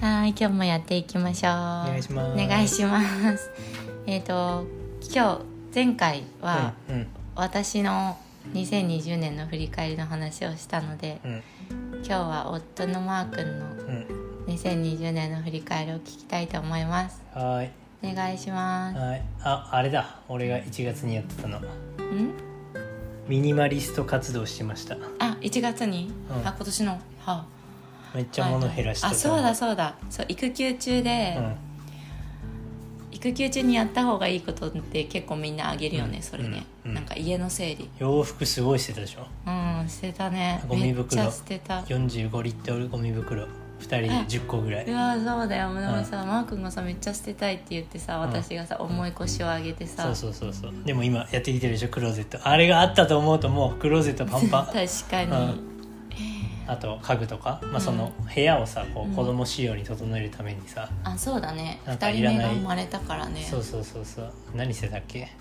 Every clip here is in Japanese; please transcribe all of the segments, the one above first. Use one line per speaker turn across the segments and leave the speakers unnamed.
今日もやっていきましょうお願
いします
お願いしますえっ、と今日前回は
うんうん
私の2020年の振り返りの話をしたので
うん
今日は夫のマー君の
うん
2020年の振り返りを聞きたいと思います
はーい
お願いします
はーいああれだ俺が1月にやってたの
ん
ミニマリスト活動してました
あ1月に、
うん
あ今年のはあ
めっちゃ物減らしてた、
あそうだそうだそう育休中で、
うん
育休中にやった方がいいことって結構みんなあげるよね、
うん
それね、
うんうん
なんか家の整理
洋服すごいしてたでしょ
うん捨てたね
ゴミ袋
めっちゃ捨てた
45リットルゴミ袋2人で10個ぐら
う
い
わそうだよでもさ、マー君がさめっちゃ捨てたいって言ってさ
ん
私がさ重い腰を上げてさ、
そうそうそうそうでも今やってきてるでしょクローゼットあれがあったと思うともうクローゼットパン パン
確かに、
うんあと家具とか、まあ、その部屋をさこう子供仕様に整えるためにさ、
あそうだね
なんか
2
い
人
ら
目
ない
が生まれたからね
そうそうそうそう何してたっけ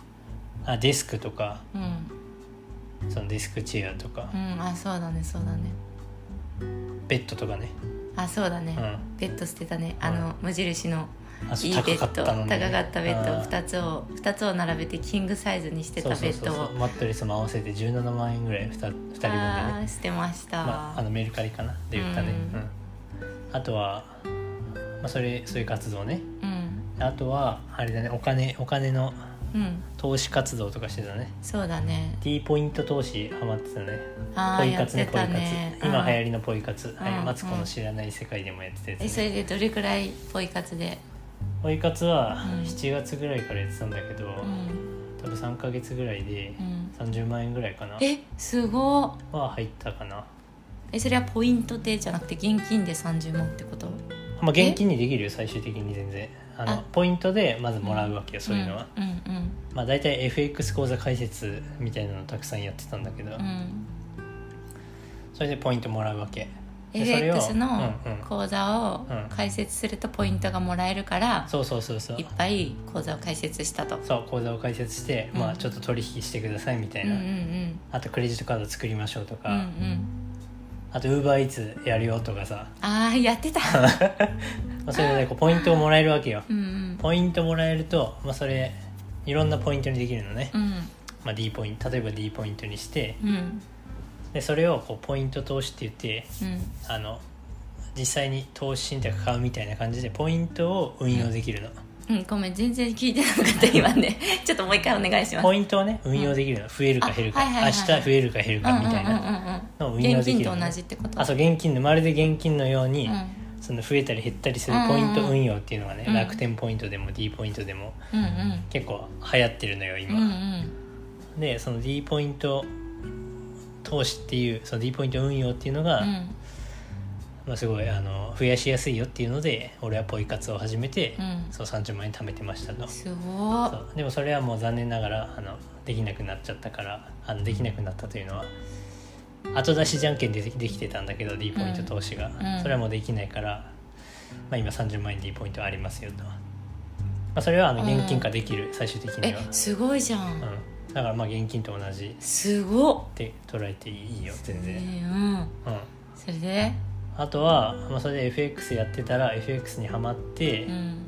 あデスクとか
うん
そのデスクチェアとか
う、んあそうだねそうだね
ベッドとかね、
あそうだね、
う
ベッド捨てたね
うん
あの無印の
ん、あそ
い
う
いベッド高かったベッド
あー
2つを二つを並べてキングサイズにしてたベッド
そうそうそう
を
そうマットレスも合わせて17万円ぐらい 2, 人分でね
あーしてました、
まあ、あのメルカリかなで言った
う
ね、うんんあとは、まあ、それそういう活動ね
うん
あとはあれだねお金お金の
うん
投資活動とかしてたね
そうだね
T ポイント投資ハマってたね
あ
ポ
あ
イ
やっ
活
て
ねポイ
た
活、
ね
今流行
り
りのポイ活、は
うん
い、マツコの知らない世界でもやってたやつね、
えそれでどれくらいポイ活で
ポイ活は
うん
7月ぐらいからやってたんだけど、
うん
多分3ヶ月ぐらいで
うん
30万円ぐらいかな
えすごっ
は入ったかな
えそれはポイントでじゃなくて現金で30万ってこと
まあ、現金にできるよ最終的に全然あの
あ
ポイントでまずもらうわけよ、そういうのは、
うんうん
まあ大体 FX 口座開設みたいなのたくさんやってたんだけど、
うん、うん
それでポイントもらうわけでそれを
FX の
うんうん
口座を
うん
開設するとポイントがもらえるから、
そうそうそうそう
いっぱい口座を開設したと。
そう口座を開設して、
うん
まあちょっと取引してくださいみた
う
い
んうん
な、
うん。
あとクレジットカード作りましょうと
う
か、
んうん。
あと UberEats やるよとかさ、
ああやってた。
まあ、それでこうポイントをもらえるわけよ
うんうん。
ポイントもらえると、まあ、それいろんなポイントにできるのね、
うん
まあ、D ポイント例えば D ポイントにして
うん
でそれをこうポイント投資って言って
うん。
あの実際に投資信託買うみたいな感じでポイントを運用できるの、
うん、ごめん全然聞いてなかった今ねちょっともう一回お願いします
ポイントをね運用できるの、増えるか減るか、
あはいはいはい
明日増えるか減るかみたいな
うん
の
う
を
んうんうん
運用
現
でき
金と
るのね、
同じってこと
あそう現金のまるで現金のように、
うん
その増えたり減ったりするポイント運用っていうのがね、
うん
楽天ポイントでも D ポイントでも
うん
結構流行ってるのよ
うんう
今、
んうん
でその D ポイント投資っていうその D ポイント運用っていうのが、
うん
まあ、すごいあの増やしやすいよっていうので俺はポイ活を始めて、
うん
そう30万円貯めてましたと
すご
そ
ー
うでもそれはもう残念ながらあのできなくなっちゃったからあのできなくなったというのは後出しじゃんけんでできてたんだけど D ポイント投資が、
ん
それはもうできないから、まあ、今30万円 D ポイントありますよと、まあ、それはあの現金化できる、最終的に
え
は、
すごいじゃん
うん、だからまあ現金と同じ
すごっ
って捉えていいよ全然、
ねうん
うん、
それで
あとは、まあ、それで FX やってたら FX にはまって、
うん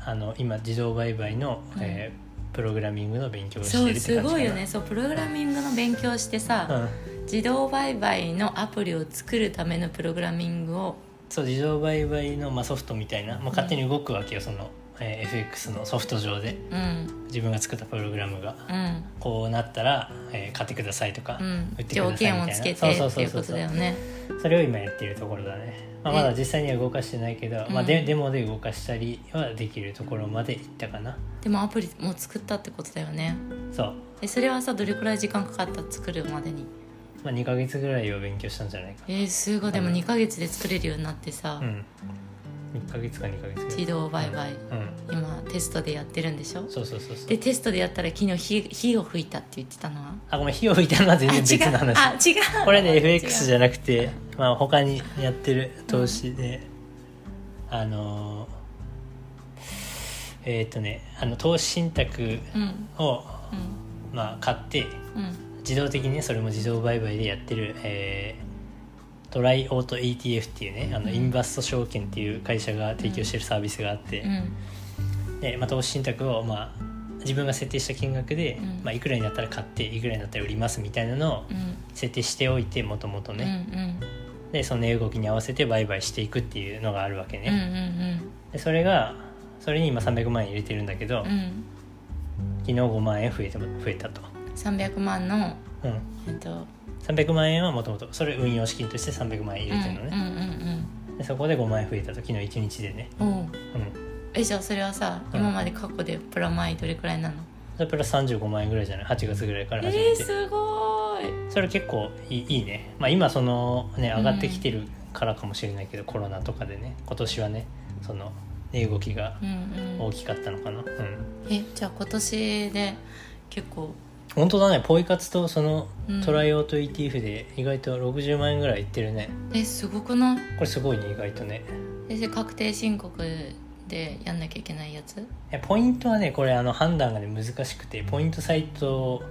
あの今自動売買の、
うん
えープログラミングの勉強をして
そ
るっ
う
て感じ
す
かな
ごいよねそうプログラミングの勉強して
う
さ、
ん、
自動売買のアプリを作るためのプログラミングを
そう自動売買の、まあ、ソフトみたいな、まあ、勝手に動くわけよ、その、えー FX のソフト上で
うん
自分が作ったプログラムが
うん
こうなったら、えー買ってくださいとか、
うん
売ってく
条
ださいみた
件を
いな
つけ
そう
て
そう
って
そ
いうう
そ
こ
う
とだよね
それを今やってるところだね、まあ、
ね
まだ実際には動かしてないけど、まあ、
う
で
ん
デモで動かしたりはできるところまでいったかな
でもアプリも作ったってことだよね
そう、
えそれはさどれくらい時間かかった作るまでに
まあ、2ヶ月ぐらいを勉強したんじゃないか
えー、すごいでも2ヶ月で作れるようになってさ、
うん1ヶ月か2ヶ月ぐ
自動売買
らいうん
今テストでやってるんでしょ
そうそうそうそ
で
う
テストでやったら昨日火火を吹いたって言ってたのは
あごめん火を吹いたのは全
あ違
然
う
別の話
あ違う
これね FX
ゃ
じゃなくて、まあ、他にやってる投資で、あのーえーっ、とねあの投資信託
うん
を、
うん
まあ、買って
うん
自動的にねそれも自動売買でやってる、えトライオート ETF っていうねあの
うん
インバスト証券っていう会社が提供してるサービスがあって、
うん
でまあ、投資信託を、まあ、自分が設定した金額で、
うん
まあ、いくらになったら買っていくらになったら売りますみたいなのを
うん
設定しておいてもともと
うんう
ね、
ん
でその値動きに合わせて売買していくっていうのがあるわけ
うんうん
ね、でそれがそれに今300万円入れてるんだけ
う
ど、
んうん
昨日5万円増えた増えたと、
300万の
うん、
えっと
300万円はもともとそれ運用資金として300万円入れてるのね、でそこで5万円増えたと昨日1日でね、
うんうんうんうんおう
うん、
えじゃあそれはさ
うん
今まで過去でプラマイどれくらいなの
それプラス35万円ぐらいじゃない8月ぐらいから始
え
め
ー、
て、
すごーい
それ結構いいいいね、まあ、今そのね上がってきてるからかもしれないけど、コロナとかでね今年はねその値動きが
うんう
大
ん
きかったのかな、うん、
えじゃあ今年で結構
本当だねポイ活とその
うん
トライオート ETF で意外と60万円ぐらいいってるね
えすごくない
これすごいね意外とね
えそれ確定申告でやんなきゃいけないやつ
えポイントはねこれあの判断がね難しくてポイントサイト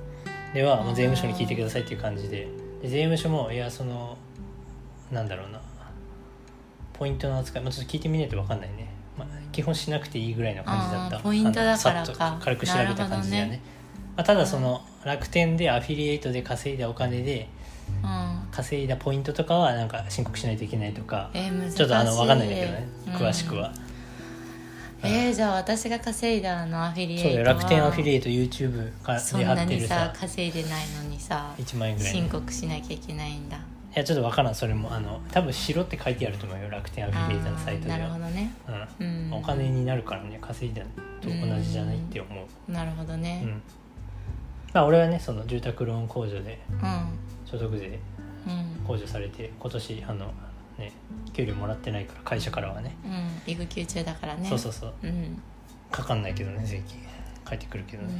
ではもう税務署に聞いてくださいっていう感じでで税務署もいやそのなんだろうなポイントの扱い、まあ、ちょっと聞いてみないと分かんないね、まあ、基本しなくていいぐらいの感じだった
あーポイントだからか
あのさっと軽く調べた感じだ
なる
よ
ほど
ね
ね
まあ、ただその楽天でアフィリエイトで稼いだお金で
うん
稼いだポイントとかはなんか申告しないといけないとか
え難しい
ちょっとあの分かんないんだけどね
うん
詳しくは、
えー、じゃあ私が稼いだあのアフィリエイト
そう
は
だよ楽天アフィリエイト YouTube から
そ
で
ん
貼
な
って
に
る
さ
さ
稼いでないのにさ
1万円ぐらい
申
ね
告しなきゃいけないんだ
いやちょっとわからんそれもあの多分「白」って書いてあると思うよ楽天アフィリエイターのサイトで
あーなるほ
は、
どね
う
うんん
お金になるからね稼いだのと同じじゃないって思う
なるほどね
うん、まあ俺はねその住宅ローン控除で
う
所得税
んうん
控除されて今年あのね給料もらってないから会社からはね
うん育休中だからね
そうそうそう
うん、
かかんないけどね税金返ってくるけど
う
ね、
ん、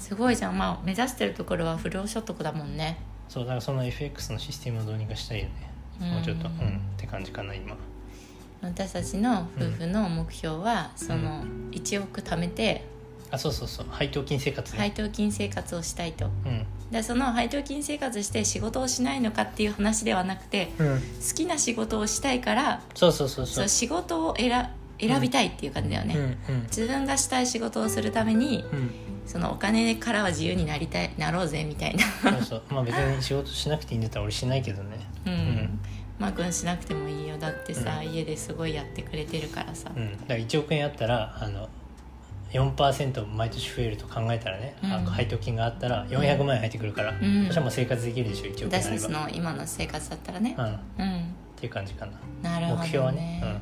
すごいじゃんまあ目指してるところは不良所得だもんね
そうだからその FX のシステムをどうにかしたいよね、
うん
もうちょっとうんって感じかな今
私たちの夫婦の目標は、その1億貯めて
あそうそうそう配当金生活ね、
配当金生活をしたいと
うん
でその配当金生活して仕事をしないのかっていう話ではなくて
うん、
好きな仕事をしたいから
そうそうそうそ
そうう仕事を選選びたいっていう感じだよね、
うんうん
自分がしたい仕事をするために
うん
そのお金からは自由になりたいなろうぜみたいな、
そうそうまあ別に仕事しなくていいんだったら俺しないけどね
うん
ん
まあ君しなくてもいいよだってさ、
う
家ですごいやってくれてるからさ、
うんだから1億円あったらあの4%毎年増えると考えたらね、
うん
あ配当金があったら400万円入ってくるから、
ん
そしたらもう生活できるでしょ1億円
私
あ
た
れ
ち
ば、
の今の生活だったらね
うん、っ
うん
ていう感じかな
なるほどね
目標はね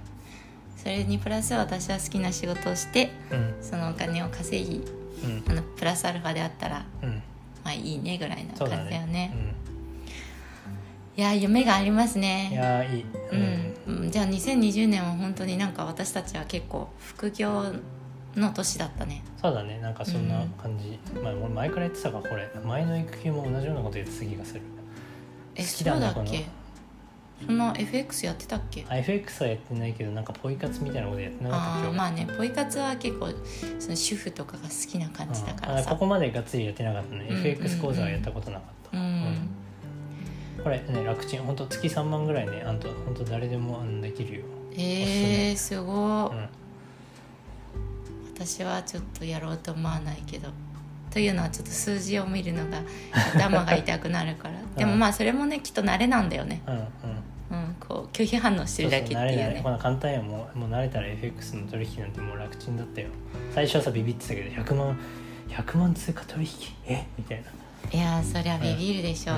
それにプラス私は好きな仕事をして
うんうん
そのお金を稼ぎ
うん
あのプラスアルファであったら
うん
まあいいねぐらいな
そう
感じ
だ
だよ
ね
ねいや夢があります
うん、い
ね
やーいい、
うん、うんじゃあ2020年は本当になんか私たちは結構副業の年だったね
そうだねなんかそんな感じ、まあ俺前から言ってたからこれ前の育休も同じようなこと言ってた気がする
え
好き
そ
だ
う
な
だっけそんな FX やってたっけ
FX はやってないけどなんかポイ活みたいなことやってなかっ
あ
た
あ
今日、
まあねポイ活は結構その主婦とかが好きな感じだか
うん
ら
あこ
さ
こまでがっつりやってなかったね、
うん
FX 講座はやったことなかった、
うん、
これね楽ちん本当月3万ぐらいねあんと本当誰でもうんできるよ、
えー、すご
う
い、
ん、
私はちょっとやろうと思わないけどというのはちょっと数字を見るのが頭が痛くなる からでもまあそれもねきっと慣れなんだよね、
うんうん
うん、こう拒否反応して
そう
る
そう
だけっていう
慣れない
ね
こんな簡単やもうもう慣れたら FX の取引なんてもう楽ちんだったよ最初はさビビってたけど100万100万通貨取引えみたいなっ
いやーそりゃビビるでしょう、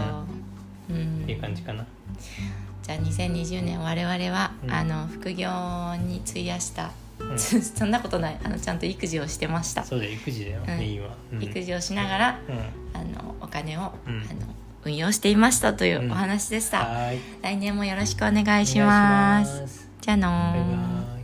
うん
ていう感じかな
じゃあ2020年我々は、
うん
あの副業に費やした、
うん
そんなことないあのちゃんと育児をしてました、
そうだよ育児だよ、
うん
メインは、うん、
育児をしながら
うん
あのお金を、
うん
あの運用していましたという
うん
お話でした、
はーい
来年もよろしくお願
お
いします
願いします
じゃあの
バイ
ー
バイ